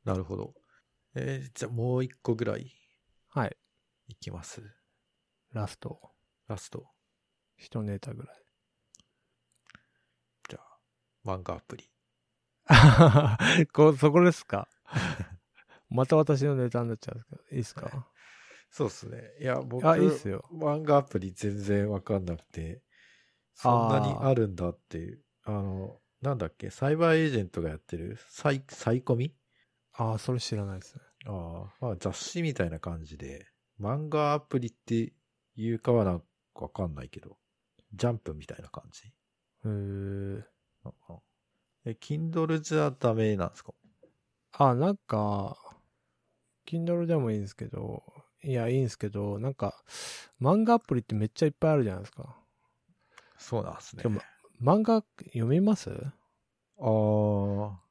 なるほど。えーじゃあもう一個ぐらいはい。いきます。ラスト、ラスト。一ネタぐらい。じゃあ、漫画アプリ。 こ、そこですか また私のネタになっちゃうんですけど、いいですかそうっすね。いや、僕、あいいっすよ漫画アプリ全然わかんなくて、そんなにあるんだっていう。あの、なんだっけ、サイバーエージェントがやってるサイ、サイコミああ、それ知らないですね。ああ、まあ雑誌みたいな感じで、漫画アプリっていうかはなんかわかんないけど、ジャンプみたいな感じへーなのかなえ、Kindle じゃダメなんですかあ、なんか、Kindle でもいいんですけど、いや、いいんですけど、なんか、漫画アプリってめっちゃいっぱいあるじゃないですか。そうなんですねで。も漫画読みますああ、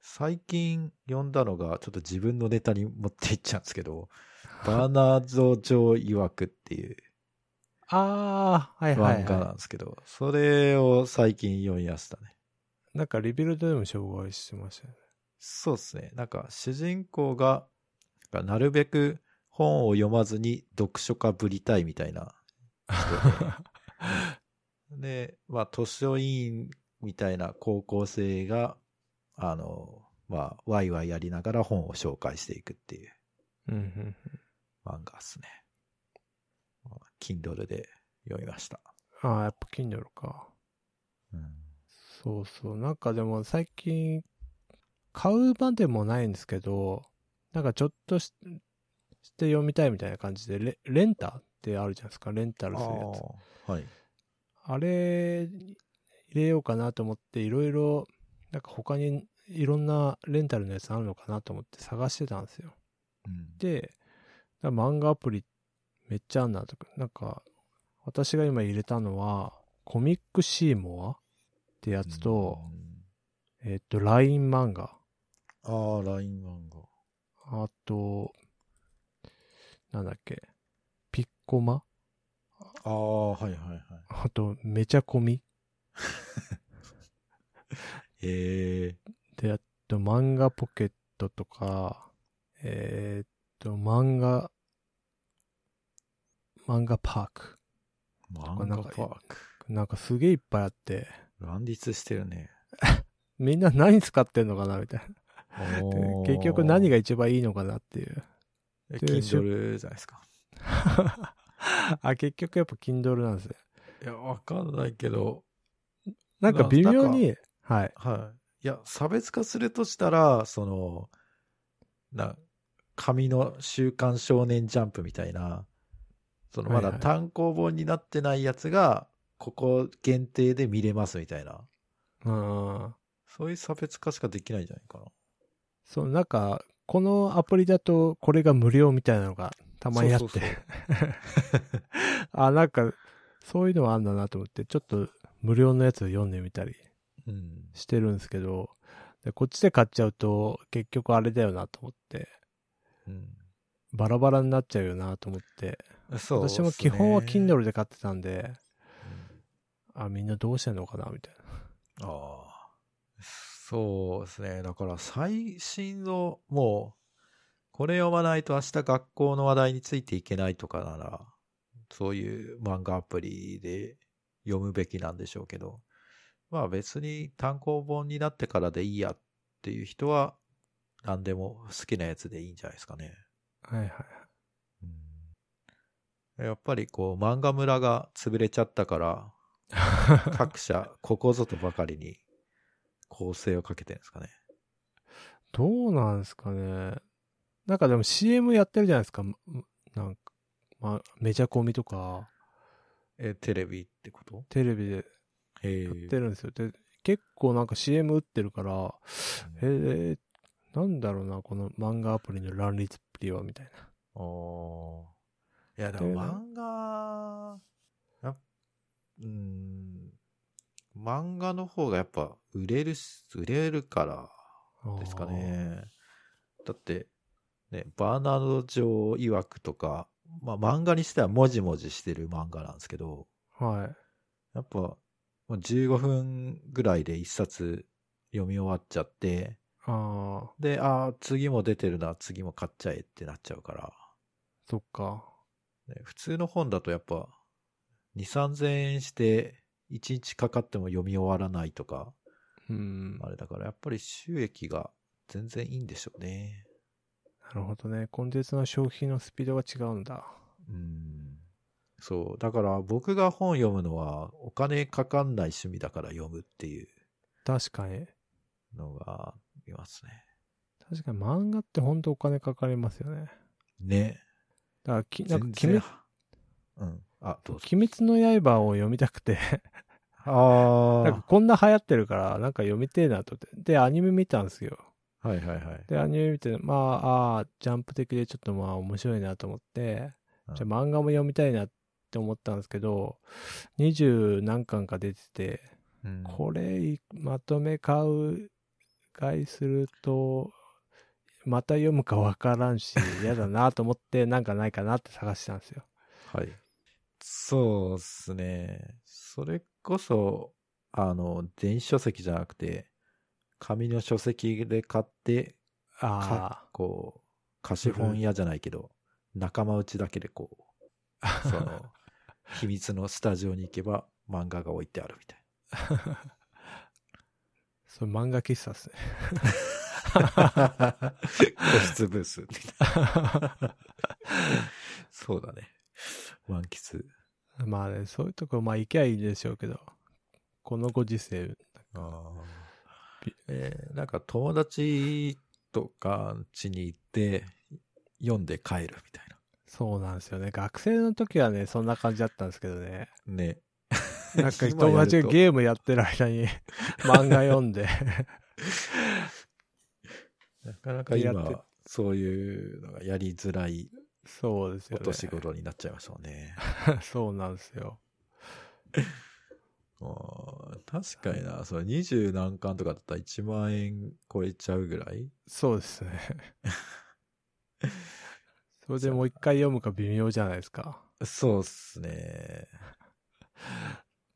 最近読んだのが、ちょっと自分のネタに持っていっちゃうんですけ ど、バーナード・ジョー曰くっていうああ、はいはい、漫画なはんですけど、それを最近読みましたね。い。なんかリビルドでも紹介してましたよね。そうですね。なんか主人公が、なんかなるべく本を読まずに読書家ぶりたいみたいな人で。で、まあ、図書委員みたいな高校生が、あの、まあ、ワイワイやりながら本を紹介していくっていう。うんうん漫画っすね。まあ Kindle で読みました。うん。ああ、やっぱ Kindle か。そうそう。なんかでも最近、買うまでもないんですけど、なんかちょっとしして読みたいみたいな感じで、レレンタってあるじゃないですか。レンタルするやつ。あーはい。あれ、入れようかなと思って、いろいろ、なんか他にいろんなレンタルのやつあるのかなと思って探してたんですよ。うんで、だから漫画アプリめっちゃあんなとか、なんか、私が今入れたのは、コミックシーモアってやつと、えっと、LINE 漫画。うん、ああ、LINE 漫画。あと、なんだっけ、ピッコマああ、はいはいはい。あと、めちゃコミええで、あと、漫画ポケットとか、えーっと、漫画、漫画パーク。漫な画んかパーク。なんかすげえいっぱいあって、乱立して るね。みんな何使ってんのかなみたいおな。ー結局何が一番いいのかなって いう。え Kindle じゃないですか。あ、結局やっぱ Kindle なんですね。いや、わかんないけど、なんか微妙に、はい。はい。いや、差別化するとしたら、その、な、紙の週刊少年ジャンプみたいな、そのまはいだはい単行本になってないやつが、ここ限定で見れますみたいな、うん。そういう差別化しかできないんじゃないかな。そう、なんか、このアプリだとこれが無料みたいなのがたまにあって。そうそうそう あ、なんか、そういうのはあんだなと思って、ちょっと無料のやつを読んでみたりうん。してるんですけど、でこっちで買っちゃうと結局あれだよなと思って、うん。バラバラになっちゃうよなと思って、そう、私も基本は Kindle で。で買ってたんで、あ、みんなどうしてんのかなみたいな。ああ。そうですね。だから最新の、もう、これ読まないと明日学校の話題についていけないとかなら、そういう漫画アプリで読むべきなんでしょうけど、まあ別に単行本になってからでいいやっていう人は、何でも好きなやつでいいんじゃないですかね。はいはい。うんやっぱりこう漫画村が潰れちゃったから、各社、ここぞとばかりに構成をかけてるんですかね。どうなんですかね。なんかでも CM やってるじゃないですか。まなんか、まあ、めちゃコミとか、え、テレビってことテレビでへやってるんですよ。で、結構なんか CM 打ってるから、ええ。ーなんだろうな、この漫画アプリの乱立っぷりは、みたいな。あーいや、でも漫画、やっうん、漫画の方がやっぱ売れるし、売れるから、あーですか。ね。だって、ね、バーナード・ジョー曰くとか、まあ漫画にしてはもじもじしてる漫画なんですけど、はい。やっぱもう15分ぐらいで一冊読み終わっちゃって、ああ、で、ああ、次も出てるな、次も買っちゃえってなっちゃうから、そっか。ね普通の本だとやっぱ2、3000円して1日かかっても読み終わらないとか、うん。あれだからやっぱり収益が全然いいんでしょうね。なるほどね。コンテンツの消費のスピードが違うんだ。うんそう。だから僕が本読むのはお金かかんない趣味だから読むっていう確かに。のがありますね。確かに漫画って本当お金かかりますよね。ね。だからき、なんか全君然うん。あ、どうぞ。鬼滅の刃を読みたくて、なんかあこんな流行ってるから、なんか読みてえなと思って。で、アニメ見たんですよ。あ。はいはいはい。で、アニメ見て、まあ、ああ、ジャンプ的でちょっとまあ面白いなと思って、うんじゃあ漫画も読みたいなって思ったんですけど、二十何巻か出てて、うんこれいまとめ買う買いすると、また読むかわからんし、嫌だなと思って、なんかないかなって探したんですよ。はい。そうっすね。それこそ、あの、電子書籍じゃなくて、紙の書籍で買って、あかこう、貸本屋じゃないけど、仲間内だけでこう、 その、秘密のスタジオに行けば漫画が置いてあるみたいあ。 そう、漫画喫茶ですね。 な。個室ブースみたいな。そうだね。満喫。まあね、そういうとこ、まあ行きゃいいでしょうけど、このご時世、あーえーなんか友達とか家に行って、読んで帰るみたいそうなんですよね。学生の時はね、そんな感じだったんですけど ね。な。ね。なんか今やると友達がゲームやってる間に 漫画読んで。 なかなかやって今、そういうのがやりづらいそうですよおね。年頃になっちゃいましたもん ね。 そうなんですよ。あー確かにな、それ20何巻とかだったら1万円超えちゃうぐらいそうですね。それでもう一回読むか微妙じゃないですか。そうっすね。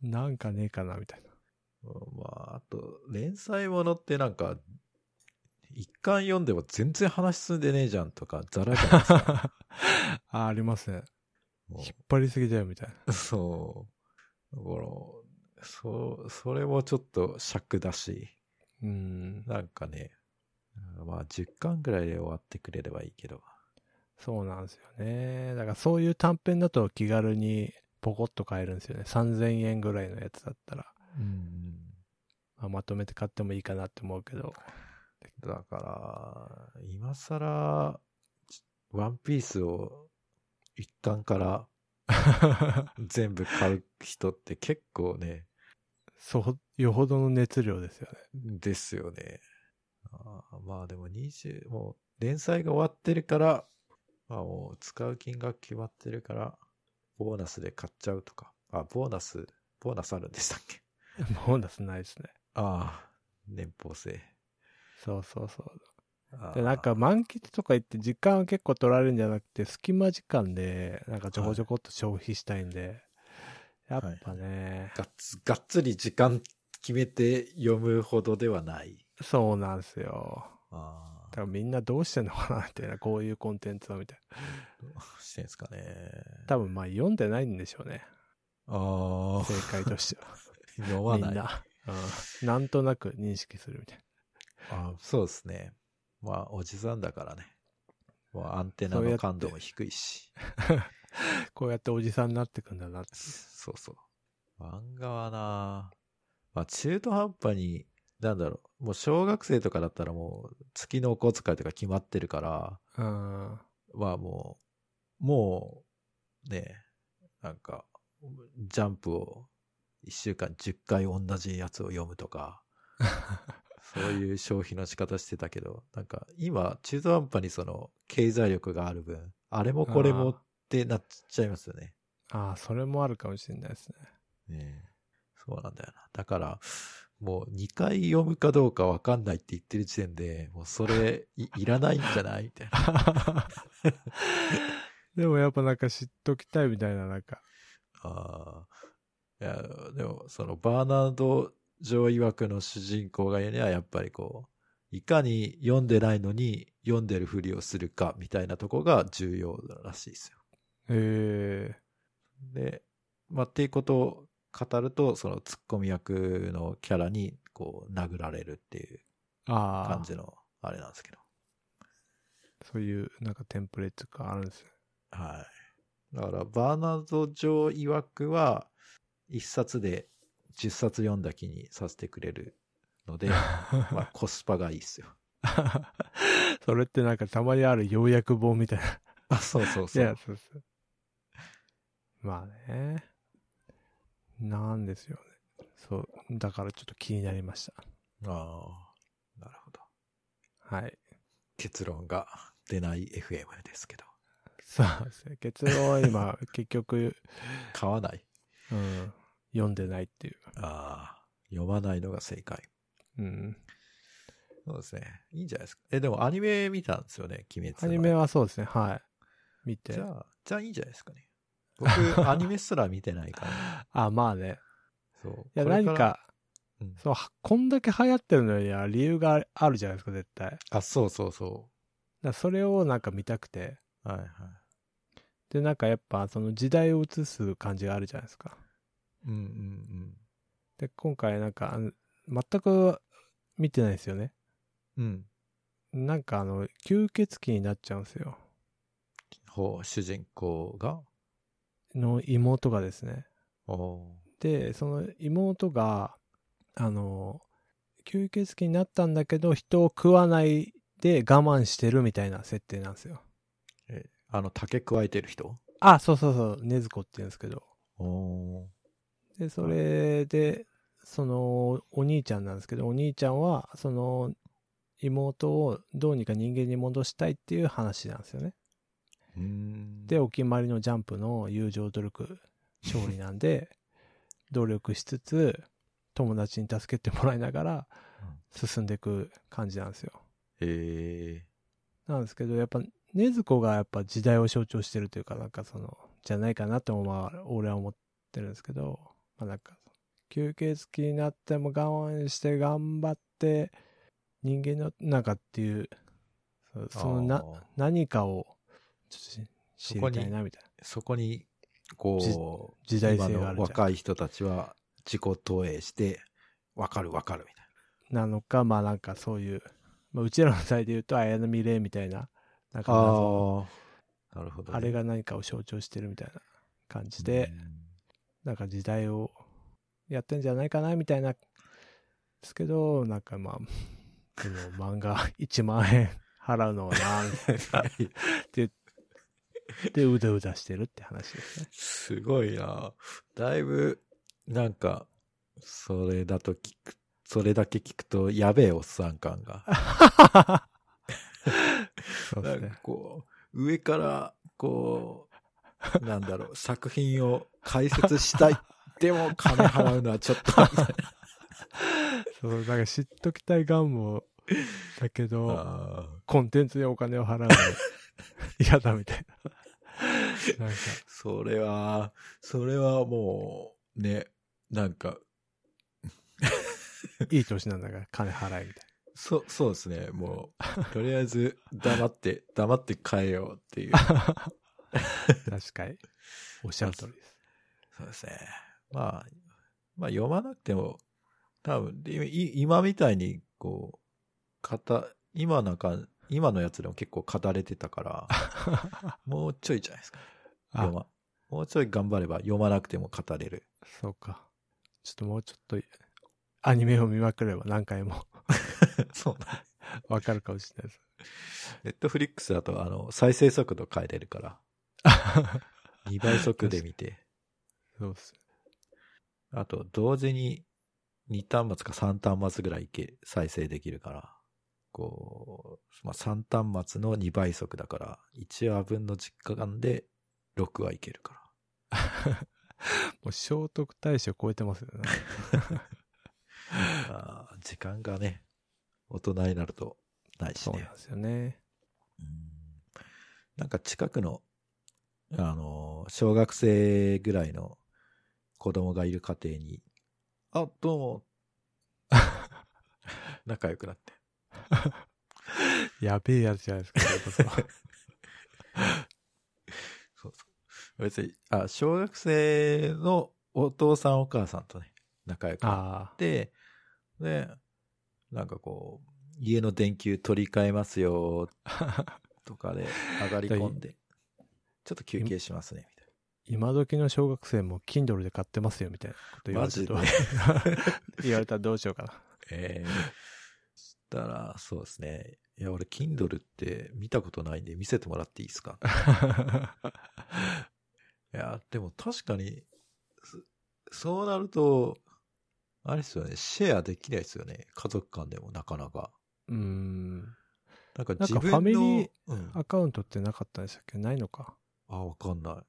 なんかねえかな、みたいな。まあ、あと、連載ものってなんか、一巻読んでも全然話進んでねえじゃんとか、ザラじゃないですかあ、ありますね。も 引っ張りすぎだよ、みたいな。う。そう。だから、そう、それもちょっと尺だし、うん。なんかね、まあ10巻ぐらいで終わってくれればいいけど。そうなんですよね。だからそういう短編だと気軽にポコッと買えるんですよね。3000円ぐらいのやつだったら、うん。まあまとめて買ってもいいかなって思うけど。 だから、今更、ワンピースを一巻から全部買う人って結構ね、そう、よほどの熱量ですよね。ですよね。あーまあでも20、もう連載が終わってるから、まあもう使う金額決まってるから、ボーナスで買っちゃうとか。あ、ボーナス、ボーナスあるんでしたっけボーナスないですね。ああ、年俸制。そうそうそう。あーで、なんか、満喫とか言って時間は結構取られるんじゃなくて、隙間時間で、なんかちょこちょこっと消費したいんで、やっぱね、がっつ、がっつり時間決めて読むほどではない。そうなんですよ。あだあ、からみんなどうしてんのかな、みたいな、こういうコンテンツは、みたいな。どうしてんすかね。多分、まあ、読んでないんでしょうね。あ正解として は。あ、読まみない。んな。うん。なんとなく認識するみたいあそうですね。まあ、おじさんだからね。まあ、アンテナそうやのって感度も低いし。な。こうやっておじさんになってくんだなって。そうそう。漫画はなまあ、中途半端に、なんだろう、もう小学生とかだったらもう、月のお小遣いとか決まってるから、 うん。まあもう、もう、ね、なんか、ジャンプを1週間10回同じやつを読むとか、そういう消費の仕方してたけど、なんか今、中途半端にその経済力がある分、あれもこれもってなっちゃいますよね。ああ、それもあるかもしれないですね。ねえそうなんだよな。だから、もう2回読むかどうかわかんないって言ってる時点で、もうそ れいいらないんじゃないみたい な。でもやっぱなんか知っときたいみたいな、なんか。あーいや、でも、そのバーナード・ジョー曰くの主人公が言うには、やっぱりこう、いかに読んでないのに読んでるふりをするかみたいなとこが重要らしいですよ。えで、まあ、っていうことを語ると、そのツッコミ役のキャラに、こう、殴られるっていうえああ。感じの、あれなんですけど。そういう、なんかテンプレートがあるんですよ。はい。だから、バーナード・ジョー曰くは、一冊で10冊読んだ気にさせてくれる ので、まあ、コスパがいいっすよ。 それってなんかたまにある要約本みたいな。あ、そう そういそう。や、そうそう。まあね。なんですよね。そう。だからちょっと気になりました。ああ、なるほど。はい。結論が出ない FM ですけど、そうですね。結論は 今、結局、買わない。うん、読んでないっていう。ああ、読まないのが正解。うん。そうですね。いいんじゃないですか。え、でもアニメ見たんですよね、鬼ア滅ニのメはそうですね。はい。見じてゃ。あ、じゃあいいんじゃないですかね。僕、アニメすら見てないから。 あ、まあね。そう。いや、これ何らか、うんそう、はこんだけ流行ってるのには理由があるじゃないですか、絶対。だかあ、そうそうそらそれをなんか見たくて。う。はいはい。で、なんかやっぱその時代を映す感じがあるじゃないですか。うんうんで、今回なんか、あの全く見てないですよね。うん。うん。なんかあの、吸血鬼になっちゃうんですよ。ほう、主人公がの妹がですね。おおで、その妹が、あの、吸血鬼になったんだけど、人を食わないで我慢してるみたいな設定なんですよ。ー。え、あの、竹加えてる人あ、そうそうそう、禰豆子って言うんですけど。おおで、それで、その、お兄ちゃんなんですけど、お兄ちゃんは、その、妹をどうにか人間に戻したいっていう話なんですよね。うんで、お決まりのジャンプの友情努力勝利なんで、努力しつつ、友達に助けてもらいながら進んでいく感じなんですよ。えなんですけど、やっぱ、禰豆子がやっぱ時代を象徴してるというか、なんかその、じゃないかなとも、まあ、俺は思ってるんですけど、まあなんか、吸血鬼になっても我慢して頑張って、人間の中っていう、そーそのあな、ー何かを、ちょっとし知そこりにたいな、みたいな。そこにこう時代今性があのるじゃん若い人たちは自己投影して分かる分かるみたいなのか、まあなんかそういう、まあ、うちらの代で言うと、綾波レイみたいな、なんかな謎のあなるほどね、あれが何かを象徴してるみたいな感じで、なんか時代をやってんじゃないかなみたいな、ですけど、なんかまあ、 でも漫画 1万円払うのはな、みたいな。うんで、うだうだしてるって話ですね。すごいなだいぶなんかそれだと聞くそれだけ聞くとやべえおっさん感がそうでなすんかね。こう、上から、こう、なんだろう、 作品を解説したい。でも、金払うのはちょっと。 そう、なんか知っときたい願望だけど、あーコンテンツにお金を払うの 嫌だみたいな。なんか、それは、それはもう、ね、なんか、いい年なんだから金払いみたいそ、そうですね、もう、とりあえず、黙って、黙って変えようっていう。な。確かに。おっしゃる通りです。そうですね。まあ、まあ、読まなくても、多分、でい今みたいに、こう、かた、今なんか、今のやつでも結構語れてたから、 もうちょいじゃないですか。あ読ま、もうちょい頑張れば読まなくても語れる。そうか。ちょっともうちょっと、アニメを見まくれば何回も そうなんです。わかるかもしれないです。ネットフリックスだと、あの、再生速度変えれるから、2倍速で見て、そうっす。あと、同時に2端末か3端末ぐらいいけ再生できるから、こう、まあ、3端末の2倍速だから、1話分の実家間で6はいけるから。もう聖徳太子を超えてます よね。 あー時間がね、大人になるとないしそうねなん。ですよね。うんなんか近くの、あのー、小学生ぐらいの子供がいる家庭に、あ、どうも。 仲良くなって。やべえやつじゃないですか、それこそうそう。別に、あ、小学生のお父さんお母さんとね、仲良くそ。なっあて、で、なんかこう、家の電球取り替えますよ、あ。とかで上がり込んで、ちょっと休憩しますね、みたいな。今時の小学生も Kindle で買ってますよ、みたいなこと言われてマ 言われたらどうしようかな。ええそしたら、そうですね。いや、俺、Kindle って見たことないんで見せてもらっていいですかいや、でも確かに、そそうなると、あれですよね、シェアできないですよね。家族間でもなかなか。 うーん。なんなかん自か分ファの、ミリーうんアカウントってなかったんでしたっけないのか。あ、わかんな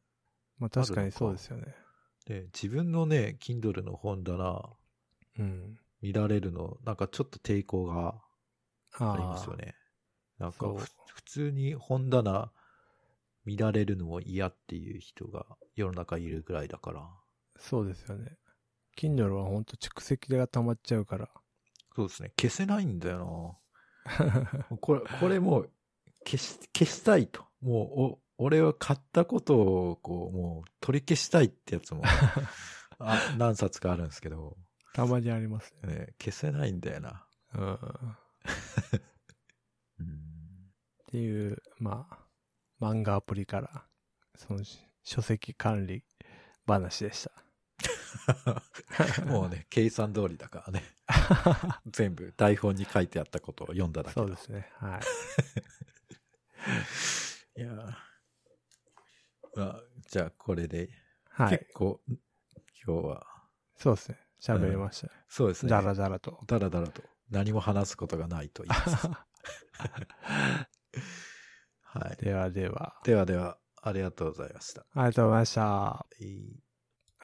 まあ確かにそうですよね。い。で、自分のね、Kindle の本棚、うん。見られるの、なんかちょっと抵抗があありますよね。なんかそうふ、普通に本棚見られるのも嫌っていう人が世の中いるぐらいだから。そうですよね。Kindle はほんと蓄積が溜まっちゃうから。そうですね。消せないんだよなも うこれ、これもう、消し、消したいと。もう、お、俺は買ったことを、こう、もう、取り消したいって やつも、あ何冊かあるんですけど、たまにありますね。ね、消せないんだよな。うん。っうん。ていう、まあ、漫画アプリから、そのし書籍管理話でした。も うね、計算通りだからね。全部、台本に書いてあったことを読んだだけそだうですね。はい。いやーまあ、じゃあこれで、はい結。構、今日は、そうですね。喋りました、ねそうですね。だらだらと。だらだらと、 何も話すことがないと言います。はい。ではでは、ではでは、ありがとうございました。ありがとうございました。えー